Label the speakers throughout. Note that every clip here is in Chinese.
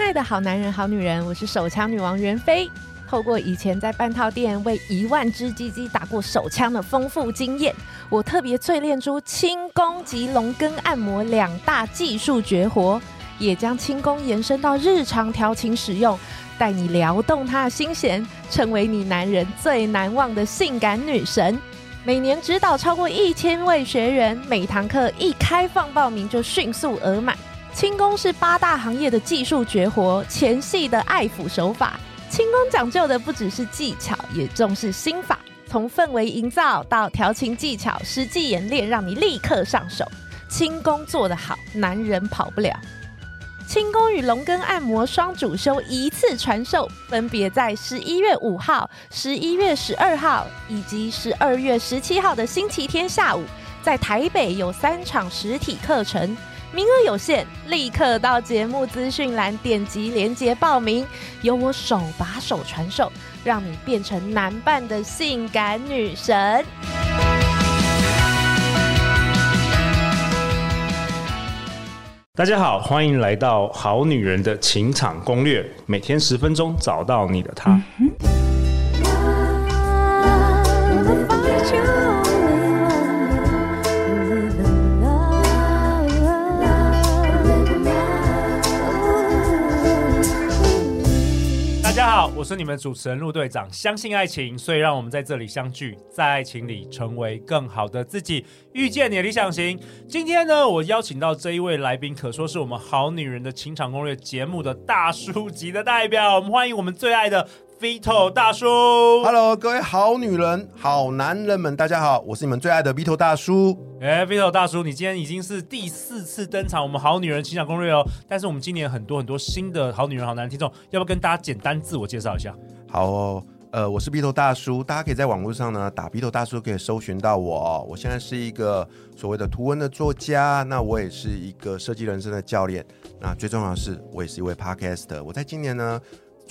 Speaker 1: 对的好男人、好女人，我是手枪女王袁飞。透过以前在半套店为一万只鸡鸡打过手枪的丰富经验，我特别淬炼出轻功及龙根按摩两大技术绝活，也将轻功延伸到日常调情使用，带你撩动她的心弦，成为你男人最难忘的性感女神。每年指导超过一千位学员，每堂课一开放报名就迅速额满。轻功是八大行业的技术绝活，前戏的爱抚手法。轻功讲究的不只是技巧，也重视心法，从氛围营造到调情技巧，实际演练让你立刻上手。轻功做得好，男人跑不了。轻功与龙根按摩双主修一次传授，分别在十一月五号、十一月十二号以及十二月十七号的星期天下午，在台北有三场实体课程，名额有限，立刻到节目资讯栏点击链接报名，由我手把手传授，让你变成男伴的性感女神。
Speaker 2: 大家好，欢迎来到《好女人的情场攻略》，每天十分钟，找到你的他。
Speaker 3: 大家好，我是你们主持人陆队长。相信爱情，所以让我们在这里相聚，在爱情里成为更好的自己，遇见你的理想型。今天呢，我邀请到这一位来宾，可说是我们《好女人的情场攻略》节目的大叔级的代表。我们欢迎我们最爱的 Vito 大叔。
Speaker 4: Hello，各位好女人、好男人们，大家好，我是你们最爱的 Vito 大叔。
Speaker 3: 哎，Vito 大叔，你今天已经是第四次登场我们《好女人情场攻略》哦。但是我们今年很多很多新的好女人、好男人听众，要不要跟大家简单自我介绍一下？
Speaker 4: 好、哦，呃，我是 Vito 大叔，大家可以在网络上呢打 Vito 大叔，可以搜寻到我哦、我现在是一个所谓的图文的作家，那我也是一个设计人生的教练。那最重要的是，我也是一位 Podcaster。我在今年呢。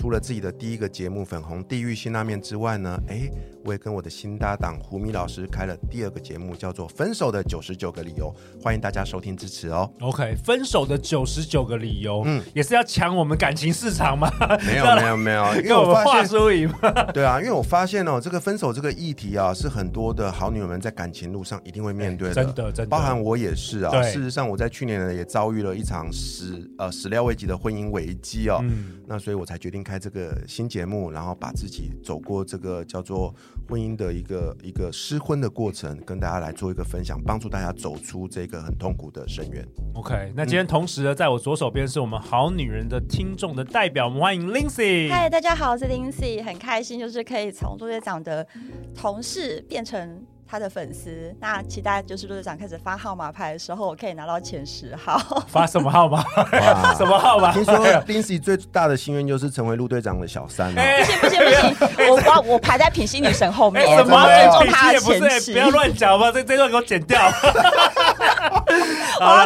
Speaker 4: 除了自己的第一个节目《粉红地狱辛拉面》之外呢，哎，我也跟我的新搭档胡米老师开了第二个节目，叫做《分手的九十九个理由》，欢迎大家收听支持哦。
Speaker 3: OK，分手的九十九个理由，嗯
Speaker 4: 嗯，
Speaker 3: 也是要抢我们感情市场吗？
Speaker 4: 没 有
Speaker 3: 要来
Speaker 4: 没有没有，因
Speaker 3: 给
Speaker 4: 为
Speaker 3: 我
Speaker 4: 我
Speaker 3: 们
Speaker 4: 发
Speaker 3: 画
Speaker 4: 现
Speaker 3: 输赢吗？
Speaker 4: 对啊，因为我发现哦，这个分手这个议题啊，是很多的好女人们在感情路上一定会面对的，
Speaker 3: 真的真的
Speaker 4: 包含我也是啊。
Speaker 3: 对
Speaker 4: 事实上，我在去年呢也遭遇了一场始呃始料未及的婚姻危机哦。
Speaker 3: 嗯
Speaker 4: 那所以我才决定开这个新节目，然后把自己走过这个叫做婚姻的一个一个失婚的过程，跟大家来做一个分享，帮助大家走出这个很痛苦的深渊。
Speaker 3: ，OK，那今
Speaker 4: 嗯
Speaker 3: 天同时呢，在我左手边是我们好女人的听众的代表，我们欢迎 Lindsay。
Speaker 5: 嗨，大家好，我是 Lindsay，很开心就是可以从陆队长的同事变成他的粉丝。那期待就是陆队长开始发号码牌的时候，我可以拿到前十 号。
Speaker 3: 发什么号码？
Speaker 4: 哇
Speaker 3: 什么号码？
Speaker 4: 听说 Lindsay 最大的心愿就是成为陆队长的小三 哦。
Speaker 3: 哎
Speaker 5: 不行不行不行，我把我排在品心女神
Speaker 4: 啊
Speaker 5: 后面，
Speaker 3: 哎，什么？
Speaker 5: 我
Speaker 3: 哎
Speaker 5: 要尊重
Speaker 3: 脾气
Speaker 5: 他的
Speaker 3: 也不是，哎
Speaker 5: 前
Speaker 3: 不
Speaker 5: 十，
Speaker 3: 要乱讲吧，这这段给我剪 掉。
Speaker 5: 我要
Speaker 3: 好了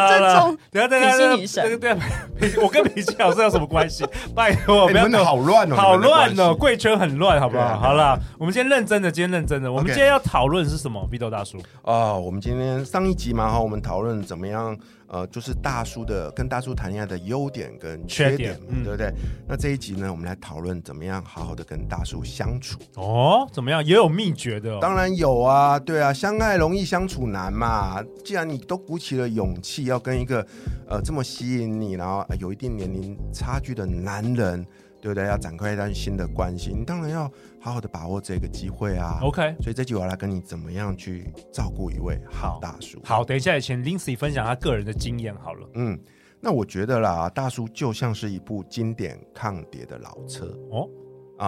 Speaker 3: 好
Speaker 5: 尊
Speaker 3: 了
Speaker 5: 重。
Speaker 3: 等一下等一下
Speaker 5: 脾
Speaker 3: 等
Speaker 5: 气女
Speaker 3: 一下，
Speaker 5: 神
Speaker 3: 对对，对 我跟脾气老师有什么关系？ 拜托，
Speaker 4: 哎
Speaker 3: 不要
Speaker 4: 你们的好乱哦，
Speaker 3: 好
Speaker 4: 你们的关
Speaker 3: 乱
Speaker 4: 系
Speaker 3: 哦，贵圈很乱，好不
Speaker 4: 对
Speaker 3: 好？
Speaker 4: 啊
Speaker 3: 好了，我们今天认真的，今天认真的，我们
Speaker 4: OK
Speaker 3: 今天要讨论是什么？碧豆大叔，
Speaker 4: 哦，我们今天上一集嘛哈，我们讨论怎么样，呃，就是大叔的跟大叔谈恋爱的优点跟缺点嘛，
Speaker 3: 缺点嗯
Speaker 4: 对不对？那这一集呢，我们来讨论怎么样好好的跟大叔相处。
Speaker 3: 哦，怎么样？也有秘诀的哦。
Speaker 4: 当然有啊，对啊，相爱容易相处难嘛。既然你都鼓起了勇气要跟一个呃这么吸引你，然后、呃有一定年龄差距的男人，对不对？要展开一段新的关系，你当然要好好的把握这个机会啊。
Speaker 3: OK，
Speaker 4: 所以这集我要来跟你怎么样去照顾一位好大叔。
Speaker 3: 好，等一下，也请 Lindsay 分享他个人的经验好了。
Speaker 4: 嗯，那我觉得啦，大叔就像是一部经典抗跌的老车
Speaker 3: 哦
Speaker 4: 哦，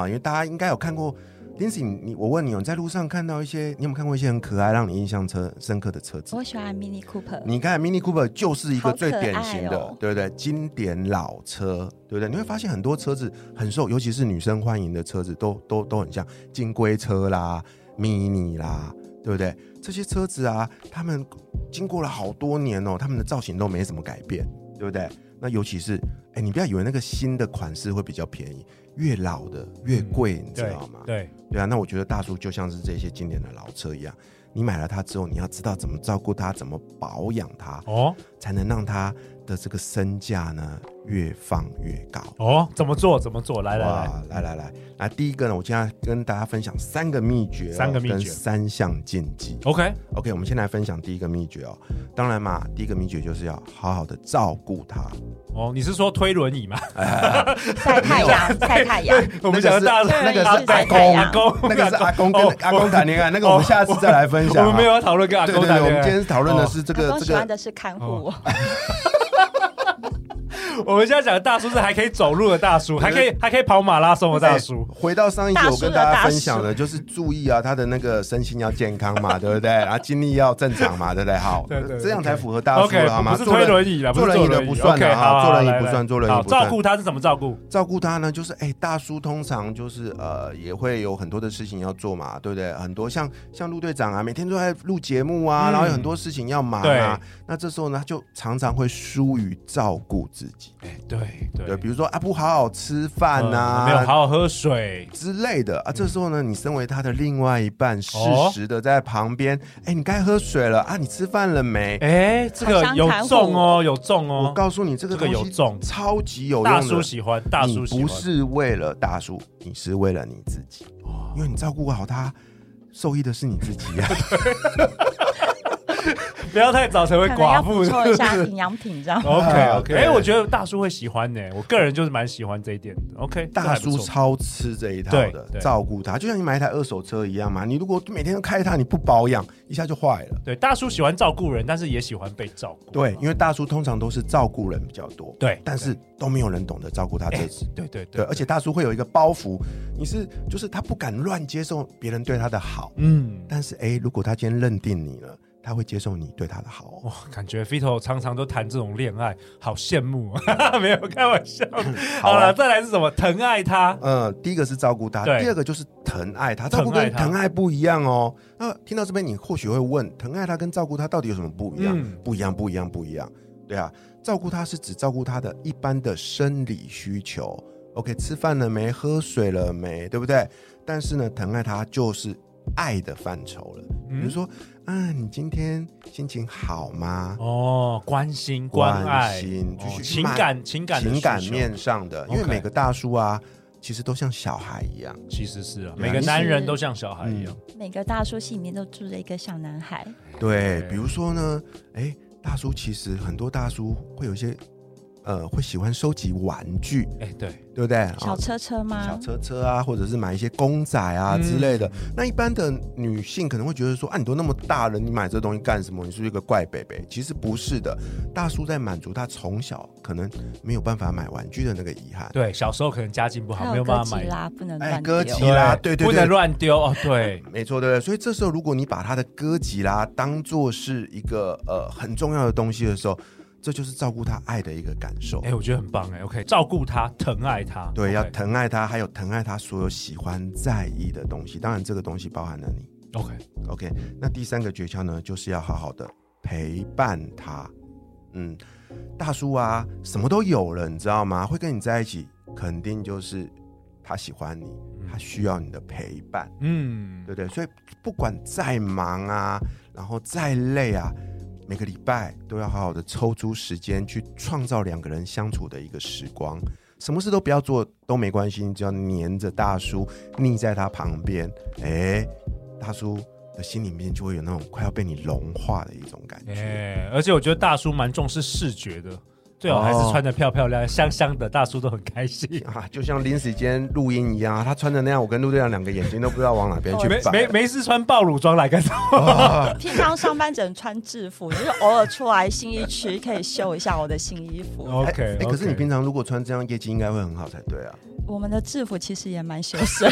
Speaker 4: 啊，因为大家应该有看过 Lindsay，你你我问你哦，你在路上看到一些，你有没有看过一些很可爱、让你印象车深刻的车子？
Speaker 5: 我喜欢 Mini Cooper，
Speaker 4: 你看 Mini Cooper 就是一
Speaker 5: 好
Speaker 4: 个
Speaker 5: 可
Speaker 4: 最
Speaker 5: 爱
Speaker 4: 典型的，
Speaker 5: 哦
Speaker 4: 对不对？经典老车，对不对？你会发现很多车子很受，尤其是女生欢迎的车子，都都都很像金龟车啦、Mini 啦，对不对？这些车子啊，他们经过了好多年哦，他们的造型都没什么改变，对不对？那尤其是，哎，你不要以为那个新的款式会比较便宜，越老的越贵，你知
Speaker 3: 对
Speaker 4: 道吗？
Speaker 3: 对，
Speaker 4: 对啊，那我觉得大叔就像是这些经典的老车一样，你买了它之后，你要知道怎么照顾它，怎么保养它，
Speaker 3: 哦，
Speaker 4: 才能让它的这个身价呢越放越高。
Speaker 3: 哦，怎么做？怎么做？来来来，
Speaker 4: 哇，来来来，来第一个呢，我今天要跟大家分享三个秘诀哦、
Speaker 3: 三个秘诀
Speaker 4: 跟三项禁忌。
Speaker 3: ，OK，
Speaker 4: OK，我们先来分享第一个秘诀哦。当然嘛，第一个秘诀就是要好好的照顾它。
Speaker 3: 哦，你是说推轮椅吗？
Speaker 1: 晒太
Speaker 5: 啊
Speaker 1: 阳，晒太阳，
Speaker 3: 我们讲的大
Speaker 1: 那个是
Speaker 3: 阿
Speaker 1: 在
Speaker 3: 公
Speaker 1: 家
Speaker 3: 阿公，
Speaker 4: 那个是阿公跟
Speaker 3: 哦
Speaker 4: 阿公谈恋爱，那个我们下次再来分
Speaker 3: 我
Speaker 4: 享啊。
Speaker 3: 们没有要讨论跟阿
Speaker 4: 对
Speaker 3: 公啊
Speaker 4: 对
Speaker 3: 谈
Speaker 4: 对，我
Speaker 3: 恋
Speaker 4: 们今
Speaker 3: 爱。
Speaker 4: 天讨论的是这
Speaker 1: 阿
Speaker 4: 个
Speaker 1: 公
Speaker 4: 这
Speaker 1: 喜欢
Speaker 4: 个，
Speaker 1: 的是看
Speaker 3: 哦
Speaker 1: 护，
Speaker 3: 我们现在讲的大叔是还可以走路的大叔，还可以还可以跑马拉松的大叔
Speaker 4: 哎。回到上一集
Speaker 1: 大叔
Speaker 4: 我跟
Speaker 1: 的
Speaker 4: 大家
Speaker 1: 大
Speaker 4: 分
Speaker 1: 叔
Speaker 4: 享的，就是注意啊，他的那个身心要健康 嘛，对不对？然后精力要正常嘛，对不对？好
Speaker 3: 对对对，
Speaker 4: 这样才符合大叔啊
Speaker 3: OK，
Speaker 4: 了好吗？
Speaker 3: 不是
Speaker 4: 坐
Speaker 3: 推
Speaker 4: 轮
Speaker 3: 轮椅了，不是
Speaker 4: 坐轮椅的不算的
Speaker 3: OK，好
Speaker 4: 哈，
Speaker 3: 好
Speaker 4: 坐轮
Speaker 3: 来
Speaker 4: 椅不
Speaker 3: 来
Speaker 4: 算，坐轮
Speaker 3: 好，
Speaker 4: 椅不算。
Speaker 3: 照顾他是怎么照顾？
Speaker 4: 照顾他呢，就是哎、大叔通常就是呃，也会有很多的事情要做嘛，对不对？很多像像陆队长啊，每天都在录节目啊，
Speaker 3: 嗯
Speaker 4: 然后有很多事情要忙啊。那这时候呢，他就常常会疏于照顾自己，
Speaker 3: 哎，对
Speaker 4: 对，比如啊说啊，不好好吃饭
Speaker 3: 嗯
Speaker 4: 呐、
Speaker 3: 没有好好喝水，
Speaker 4: 之类的啊，
Speaker 3: 嗯
Speaker 4: 这时候呢，你身为他的另外一半，适
Speaker 3: 哦
Speaker 4: 时的在旁边，哎、你该喝水了啊，你吃饭了没？
Speaker 3: 哎，这个有重哦，有重
Speaker 4: 我
Speaker 3: 哦，
Speaker 4: 告诉你，这个
Speaker 3: 这个
Speaker 4: 东
Speaker 3: 有
Speaker 4: 西
Speaker 3: 重
Speaker 4: 超级有用
Speaker 3: 大
Speaker 4: 的，嗯
Speaker 3: 叔喜欢，大叔喜
Speaker 4: 你不
Speaker 3: 欢，
Speaker 4: 是为了大叔，你是为了你自己，
Speaker 3: 哦
Speaker 4: 因为你照顾好他，受益的是你自己 啊。
Speaker 3: 不要太早成为
Speaker 1: 可能要
Speaker 3: 寡
Speaker 1: 补
Speaker 3: 妇。
Speaker 1: 充一下营养品，这样
Speaker 3: OK
Speaker 4: 啊
Speaker 3: OK，
Speaker 4: 对
Speaker 3: 哎，我觉得大叔会喜欢呢，我个人就是蛮喜欢这一点的。OK，这
Speaker 4: 大
Speaker 3: 还不
Speaker 4: 叔
Speaker 3: 错
Speaker 4: 超吃这一套
Speaker 3: 对
Speaker 4: 的
Speaker 3: 对，
Speaker 4: 照顾他就像你买一台二手车一样嘛。你如果每天都开它，你不保养，一下就坏了。
Speaker 3: 对大叔喜欢照顾人，但是也喜欢被照顾。
Speaker 4: 对，因为大叔通常都是照顾人比较多，
Speaker 3: 对
Speaker 4: 但是都没有人懂得照顾他这次。
Speaker 3: 对对
Speaker 4: 对，而且大叔会有一个包袱，你是就是他不敢乱接受别人对他的好，
Speaker 3: 嗯，
Speaker 4: 但是哎、如果他今天认定你了，他会接受你对他的好哦。
Speaker 3: 哇，感觉 Fito 常常都谈这种恋爱，好羡慕啊！ 没有开玩 笑。好
Speaker 4: 嗯啊
Speaker 3: 了，再来是什么？疼爱他。
Speaker 4: 呃，第一个是照顾他，
Speaker 3: 对
Speaker 4: 第二个就是疼爱他。
Speaker 3: 疼爱
Speaker 4: 照顾跟
Speaker 3: 他
Speaker 4: 疼爱不一样哦。那听到这边，你或许会问，疼爱他跟照顾他到底有什么不一样？
Speaker 3: 嗯
Speaker 4: 不一样，不一样，不一样。对啊，照顾他是指照顾他的一般的生理需求。OK，吃饭了没？喝水了没？对不对？但是呢，疼爱他就是爱的范畴了。比如说，啊，你今天心情好吗？
Speaker 3: 哦，关心、关爱、
Speaker 4: 关心
Speaker 3: 哦
Speaker 4: 就是
Speaker 3: 情感、情感、
Speaker 4: 情感，面上的，因为
Speaker 3: OK
Speaker 4: 每个大叔啊，其实都像小孩一样。
Speaker 3: 其实是啊，
Speaker 4: 对
Speaker 3: 每
Speaker 4: 啊
Speaker 3: 个男人都像小孩一样。
Speaker 1: 每个大叔系里面都住着一个小男孩，
Speaker 4: 对，
Speaker 3: 对
Speaker 4: 比如说呢，哎，大叔其实很多大叔会有一些，呃，会喜欢收集玩具，
Speaker 3: 哎，对，
Speaker 4: 对不对？啊
Speaker 1: 小车车
Speaker 4: 小
Speaker 1: 吗？
Speaker 4: 车车啊，或者是买一些公仔啊
Speaker 3: 嗯
Speaker 4: 之类的。那一般的女性可能会觉得说，啊，你都那么大了，你买这东西干什么？你是不是一个怪北北。其实不是的，大叔在满足他从小可能没有办法买玩具的那个遗憾。
Speaker 3: 对，小时候可能家境不好，没
Speaker 1: 有
Speaker 3: 有
Speaker 1: 哥
Speaker 3: 办
Speaker 1: 吉
Speaker 3: 法买。
Speaker 1: 拉，不能
Speaker 4: 哎
Speaker 1: 乱
Speaker 4: 哥
Speaker 1: 丢。
Speaker 4: 吉拉对对对
Speaker 3: 不能乱丢哦。对，
Speaker 4: 没错，对不对？所以这时候，如果你把他的哥吉拉当做是一个呃很重要的东西的时候，这就是照顾他爱的一个感受。
Speaker 3: 哎，我觉得很棒哎。OK，照顾他，疼爱他。
Speaker 4: 对，
Speaker 3: OK
Speaker 4: 要疼爱他，还有疼爱他所有喜欢在意的东西。当然，这个东西包含了你。
Speaker 3: OK。
Speaker 4: OK，那第三个诀窍呢，就是要好好的陪伴他。嗯，大叔啊，什么都有了，你知道吗？会跟你在一起，肯定就是他喜欢你，他需要你的陪伴，
Speaker 3: 嗯
Speaker 4: 对，不对？所以不管再忙啊，然后再累啊。每个礼拜都要好好的抽出时间去创造两个人相处的一个时光，什么事都不要做都没关系，你只要黏着大叔，腻在他旁边，哎，大叔的心里面就会有那种快要被你融化的一种感觉。
Speaker 3: 哎，而且我觉得大叔蛮重视视觉的，最好还是
Speaker 4: 哦
Speaker 3: 穿的漂漂亮、亮、香香的，大叔都很开心。
Speaker 4: 啊，就像临时间录音一样啊，他穿的那样，我跟陆队长两个眼睛都不知道往哪边去
Speaker 3: 没
Speaker 4: 摆。
Speaker 3: 没没事穿暴乳装来干什么？
Speaker 1: 平常上班只能穿制服，就是偶尔出来新一区可以秀一下我的新衣服。
Speaker 4: 哎
Speaker 3: OK，
Speaker 4: 哎可是
Speaker 3: OK
Speaker 4: 你平常如果穿这样，业绩应该会很好才对啊，
Speaker 1: 我们的制服其实也蛮修身，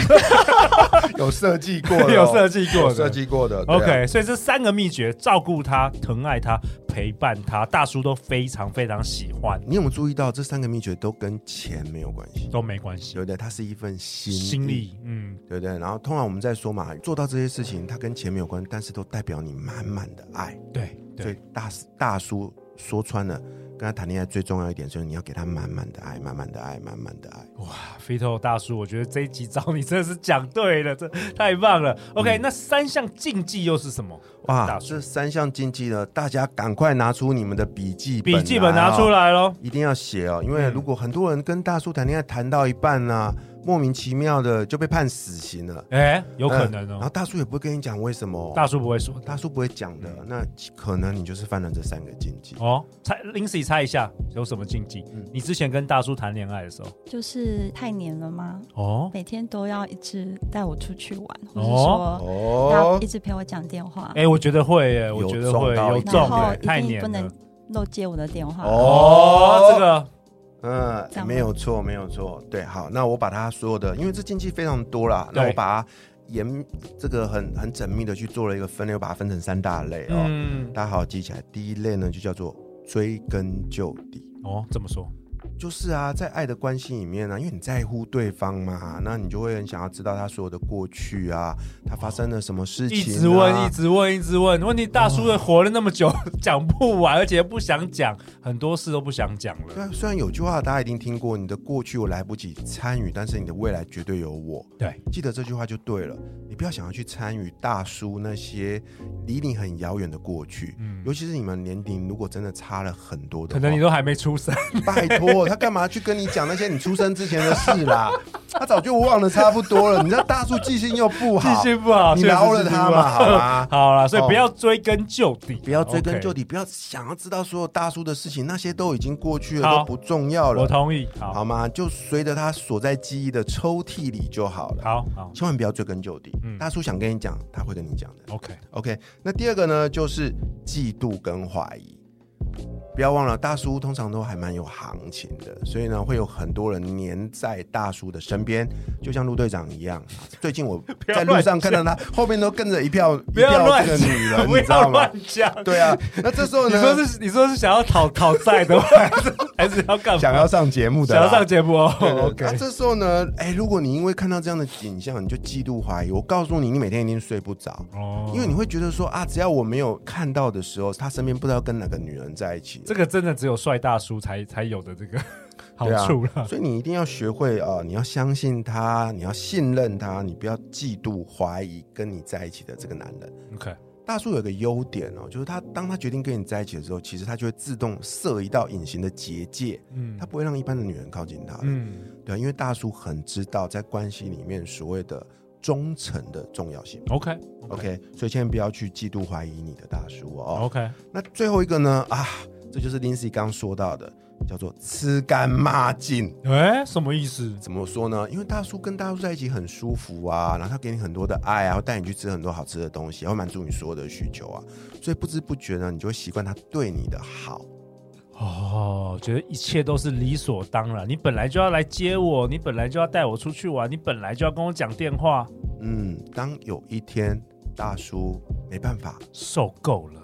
Speaker 4: 有设计过的哦，
Speaker 3: 有设计过
Speaker 4: 有
Speaker 3: 的，
Speaker 4: 设计过的。对啊
Speaker 3: OK，所以这三个秘诀：照顾他、疼爱他、陪伴他，大叔都非常非常喜欢，
Speaker 4: 你有没有注意到这三个秘诀都跟钱没有关系，
Speaker 3: 都没关系
Speaker 4: 对。不对？它是一份心
Speaker 3: 心，力，嗯，
Speaker 4: 对不对？然后通常我们在说嘛，做到这些事情，它跟钱没有关，但是都代表你满满的爱。
Speaker 3: 对
Speaker 4: 所以
Speaker 3: 对，
Speaker 4: 大大叔说穿了，跟他谈恋爱最重要一点就是你要给他满满的爱，满满的爱，满满的爱。
Speaker 3: 飞头大叔，我觉得这一集找你真的是讲对了，这太棒了。OK，、那三项禁忌又是什么？
Speaker 4: 嗯哇，
Speaker 3: 大叔
Speaker 4: 这三项禁忌呢，大家赶快拿出你们的笔记本、啊
Speaker 3: 笔记本拿出。来喽。
Speaker 4: 一定要写哦，因为
Speaker 3: 嗯
Speaker 4: 如果很多人跟大叔谈恋爱谈到一半呢、莫名其妙的就被判死刑了，
Speaker 3: 哎、有可能
Speaker 4: 嗯
Speaker 3: 哦
Speaker 4: 然、后大叔也不会跟你讲为什么哦，
Speaker 3: 大嗯叔不会说的
Speaker 4: 大叔不会讲的，那可能你就是犯了这三个禁忌。
Speaker 3: 哦。猜，Lindsay 猜一下有什么禁忌？
Speaker 4: 嗯
Speaker 3: 你之前跟大叔谈恋爱的时候，
Speaker 1: 就是太黏了吗？
Speaker 3: 哦，
Speaker 1: 每天都要一直带我出去玩，或者
Speaker 3: 哦
Speaker 1: 说
Speaker 4: 哦
Speaker 1: 要一直陪我讲电话，
Speaker 3: 哎、我觉得会耶，我
Speaker 4: 有
Speaker 3: 觉得
Speaker 4: 中
Speaker 3: 会
Speaker 4: 到
Speaker 3: 有
Speaker 4: 一点
Speaker 3: 中
Speaker 1: 然后
Speaker 3: 耶，
Speaker 1: 一
Speaker 3: 太
Speaker 1: 定
Speaker 3: 黏
Speaker 1: 不能
Speaker 3: 了。
Speaker 1: 漏接我的电话。
Speaker 3: 哦，这个
Speaker 4: 嗯
Speaker 1: 这，样吗
Speaker 4: 没有错，没有错，对，好，那我把它所有的，因为这禁忌非常多啦，
Speaker 3: 对
Speaker 4: 那我把它严这个很很缜密的去做了一个分类，我把它分成三大类哦，
Speaker 3: 嗯，
Speaker 4: 大家好好记起来。第一类呢，就叫做追根究底。
Speaker 3: 哦，怎么说？
Speaker 4: 就是啊，在爱的关系里面啊呢、因为你在乎对方嘛，那你就会很想要知道他所有的过去啊，他发生了什么事情、啊，哦
Speaker 3: 一直问，一直问，一直问。问题大叔的活了那么久， 讲不完，而且不想讲，很多事都不想讲
Speaker 4: 对
Speaker 3: 了。
Speaker 4: 啊，虽然有句话大家一定听过，你的过去我来不及参与，但是你的未来绝对有我。
Speaker 3: 对，
Speaker 4: 记得这句话就对了。你不要想要去参与大叔那些离你很遥远的过去，
Speaker 3: 嗯，
Speaker 4: 尤其是你们年龄如果真的差了很多的
Speaker 3: 可
Speaker 4: 话，
Speaker 3: 能你都还没出生。
Speaker 4: 拜托他干嘛去跟你讲那些你出生之前的事啦？他早就忘得差不多了。你知道大叔记性又不
Speaker 3: 记
Speaker 4: 好，
Speaker 3: 性不好，
Speaker 4: 你
Speaker 3: 确实
Speaker 4: 饶了
Speaker 3: 记性
Speaker 4: 他
Speaker 3: 不
Speaker 4: 嘛，好 吗？
Speaker 3: 好啦，所以
Speaker 4: 哦
Speaker 3: 不要追根究底，
Speaker 4: 不要追根究
Speaker 3: 底。
Speaker 4: 底，不要想要知道所有大叔的事情，那些都已经过去了，
Speaker 3: 好
Speaker 4: 都不重要了
Speaker 3: 我。同意。好，
Speaker 4: 好吗？就随着他锁在记忆的抽屉里就好了，
Speaker 3: 好，好
Speaker 4: 千万不要追根究底。
Speaker 3: 嗯
Speaker 4: 大叔想跟你讲，他会跟你讲的。
Speaker 3: ，OK。
Speaker 4: OK，那第二个呢，就是嫉妒跟怀疑。不要忘了，大叔通常都还蛮有行情的，所以呢，会有很多人黏在大叔的身边，就像陆队长一样。最近我
Speaker 3: 要
Speaker 4: 在
Speaker 3: 乱
Speaker 4: 路上看 到他，后面都跟着一票一
Speaker 3: 不要
Speaker 4: 票
Speaker 3: 乱
Speaker 4: 这个
Speaker 3: 讲
Speaker 4: 女人，
Speaker 3: 不
Speaker 4: 你知道
Speaker 3: 要
Speaker 4: 吗
Speaker 3: 乱？讲。
Speaker 4: 对啊，那这时候
Speaker 3: 你
Speaker 4: 呢，
Speaker 3: 说是你说是想要讨讨债的吗，还是还是要干嘛？
Speaker 4: 想要上节目的
Speaker 3: 想
Speaker 4: 啦，
Speaker 3: 要上节目哦
Speaker 4: 对对对
Speaker 3: ？OK
Speaker 4: 那、。这时候呢，哎、如果你因为看到这样的景象，你就极度怀疑，我告诉你，你每天一定睡不着，
Speaker 3: 哦
Speaker 4: 因为你会觉得说啊，只要我没有看到的时候，他身边不知道跟哪个女人在一起，
Speaker 3: 这个真的只有帅大叔才才有的这个好
Speaker 4: 对啊
Speaker 3: 处了。
Speaker 4: 所以你一定要学会啊、呃你要相信他，你要信任他，你不要嫉妒、怀疑跟你在一起的这个男人。
Speaker 3: OK，
Speaker 4: 大叔有个优点哦，就是他当他决定跟你在一起的时候，其实他就会自动设一道隐形的结界，
Speaker 3: 嗯
Speaker 4: 他不会让一般的女人靠近他的。
Speaker 3: 嗯
Speaker 4: 对啊，因为大叔很知道在关系里面所谓的忠诚的重要性。
Speaker 3: ，OK
Speaker 4: OK，所以千万不要去嫉妒怀疑你的大叔哦。
Speaker 3: OK，
Speaker 4: 那最后一个呢？啊，这就是 Lindsay 刚说到的，叫做吃干抹净。
Speaker 3: 哎，什么意思？
Speaker 4: 怎么说呢？因为大叔跟大叔在一起很舒服啊，然后他给你很多的爱啊，会带你去吃很多好吃的东西，然后满足你所有的需求啊，所以不知不觉呢，你就会习惯他对你的好。
Speaker 3: 哦，觉得一切都是理所当然。你本来就要来接我，你本来就要带我出去玩，你本来就要跟我讲电话，
Speaker 4: 嗯，当有一天大叔没办法，
Speaker 3: 受够了，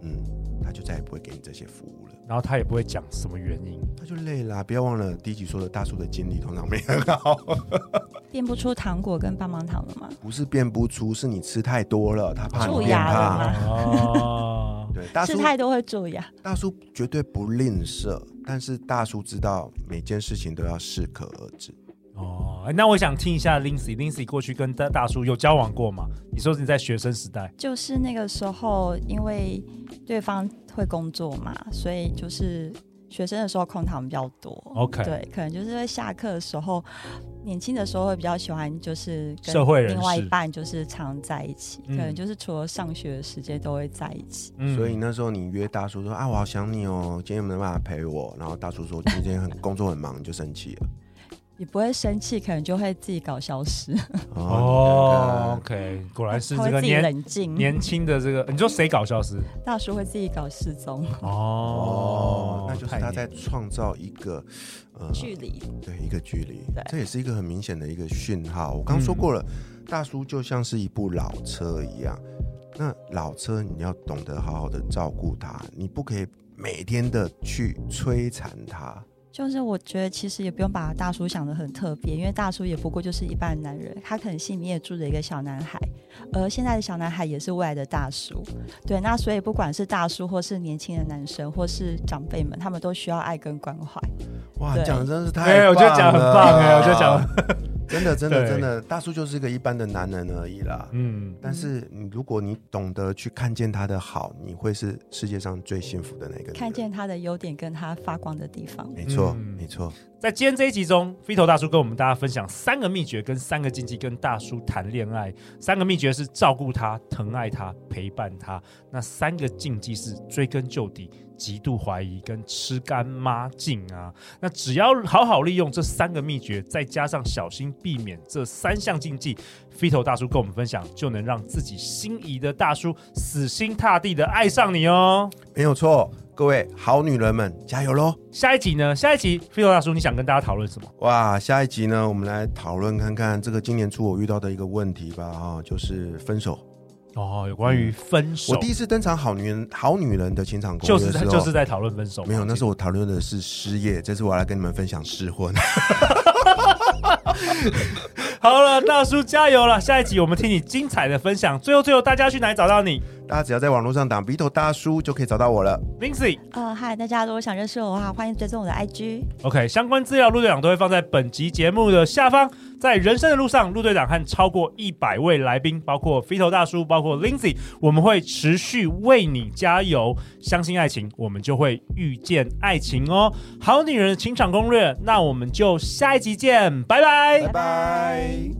Speaker 4: 嗯，他就再也不会给你这些服务了。
Speaker 3: 然后他也不会讲什么原因。
Speaker 4: 他就累啦、不要忘了第一集说的大叔的精力通常没很好，
Speaker 1: 变不出糖果跟棒棒糖了吗？
Speaker 4: 不是变不出，是你吃太多了，他怕你
Speaker 1: 蛀
Speaker 4: 变啊
Speaker 1: 牙了
Speaker 4: 胖。，
Speaker 1: 吗
Speaker 3: 哦
Speaker 4: 对，大
Speaker 1: 吃
Speaker 4: 叔
Speaker 1: 太多会蛀牙。
Speaker 4: 大叔绝对不吝啬，但是大叔知道每件事情都要适可而止。
Speaker 3: 哦，哎那我想听一下 Lindsay，Lindsay 过去跟大大叔有交往过吗？你说你在学生时代，
Speaker 1: 就是那个时候，因为对方会工作嘛，所以就是学生的时候空堂比较多。
Speaker 3: OK
Speaker 1: 对，可能就是会下课的时候，年轻的时候会比较喜欢就是跟
Speaker 3: 社会人士
Speaker 1: 另外一半就是常在一起，
Speaker 3: 嗯
Speaker 1: 可能就是除了上学的时间都会在一起。
Speaker 3: 嗯
Speaker 4: 所以那时候你约大叔说啊，我好想你哦，今天有没有办法陪我？然后大叔说今天很工作很忙，就生气了。
Speaker 1: 也不会生气，可能就会自己搞消失，
Speaker 3: 哦
Speaker 4: 哦，
Speaker 3: ，OK，果然是
Speaker 1: 他
Speaker 3: 这
Speaker 1: 会
Speaker 3: 个
Speaker 1: 自己
Speaker 3: 年
Speaker 1: 冷静。
Speaker 3: 年轻的这个，你说谁搞消失？
Speaker 1: 大叔会自己搞失 踪，
Speaker 4: 哦
Speaker 3: 哦，，
Speaker 4: 那就是
Speaker 3: 太
Speaker 4: 他
Speaker 3: 黏
Speaker 4: 在创造一个呃
Speaker 1: 距离
Speaker 4: 对，一个距离
Speaker 1: 对，
Speaker 4: 这也是一个很明显的一个讯号。我
Speaker 3: 嗯
Speaker 4: 刚说过了，大叔就像是一部老车一样，那老车你要懂得好好的照顾它，你不可以每天的去摧残它。
Speaker 1: 就是我觉得其实也不用把大叔想得很特别，因为大叔也不过就是一般男人，他可能心里面也住着一个小男孩，而现在的小男孩也是未来的大叔。对，那所以不管是大叔，或是年轻的男生，或是长辈们，他们都需要爱跟关怀。
Speaker 4: 哇，
Speaker 1: 对
Speaker 4: 讲的真是太棒
Speaker 3: 哎
Speaker 4: 了！
Speaker 3: 我觉得讲很棒哎我觉得 讲
Speaker 4: 真的真的
Speaker 3: 对
Speaker 4: 真的，大叔就是一个一般的男人而已啦。
Speaker 3: 嗯，
Speaker 4: 但是你如果你懂得去看见他的好，你会是世界上最幸福的那个人。
Speaker 1: 看，见他的优点跟他发光的地方。
Speaker 4: 没错
Speaker 3: 嗯
Speaker 4: 没错。
Speaker 3: 在今天这一集中飞头大叔跟我们大家分享三个秘诀跟三个禁忌，跟大叔谈恋爱。三个秘诀是照顾他、疼爱他、陪伴他。那三个禁忌是追根究底、极度怀疑跟吃干抹净啊。那只要好好利用这三个秘诀，再加上小心避免这三项禁忌，飞头大叔跟我们分享，就能让自己心仪的大叔死心塌地的爱上你哦。
Speaker 4: 没有错，各位好女人们，加油喽！
Speaker 3: 下一集呢？下一集飞头大叔，你想跟大家讨论什么？
Speaker 4: 哇，下一集呢，我们来讨论看看这个今年初我遇到的一个问题吧，哈、就是分手。
Speaker 3: 哦，有关于分手，
Speaker 4: 我第一次登场好女人好女人的情场攻
Speaker 3: 就
Speaker 4: 略的
Speaker 3: 是在
Speaker 4: 时候，
Speaker 3: 就是在讨论分手嘛，
Speaker 4: 没有，那时候我讨论的是失业，这次我要来跟你们分享失婚。
Speaker 3: 好了，大叔加油了！下一集我们听你精彩的分享。最后，最后大家去哪里找到你
Speaker 4: 大家只要在网络上打鼻头大叔就可以找到我了。
Speaker 3: ，Lindsay？
Speaker 1: 呃，嗨，大家如果想认识我的话，欢迎追踪我的 IG。
Speaker 3: OK，相关资料陆队长都会放在本集节目的下方。在人生的路上，陆队长和超过一百位来宾，包括飞头大叔，包括 Lindsay，我们会持续为你加油。相信爱情，我们就会遇见爱情哦。好女人的情场攻略，那我们就下一集见，拜拜
Speaker 4: 拜拜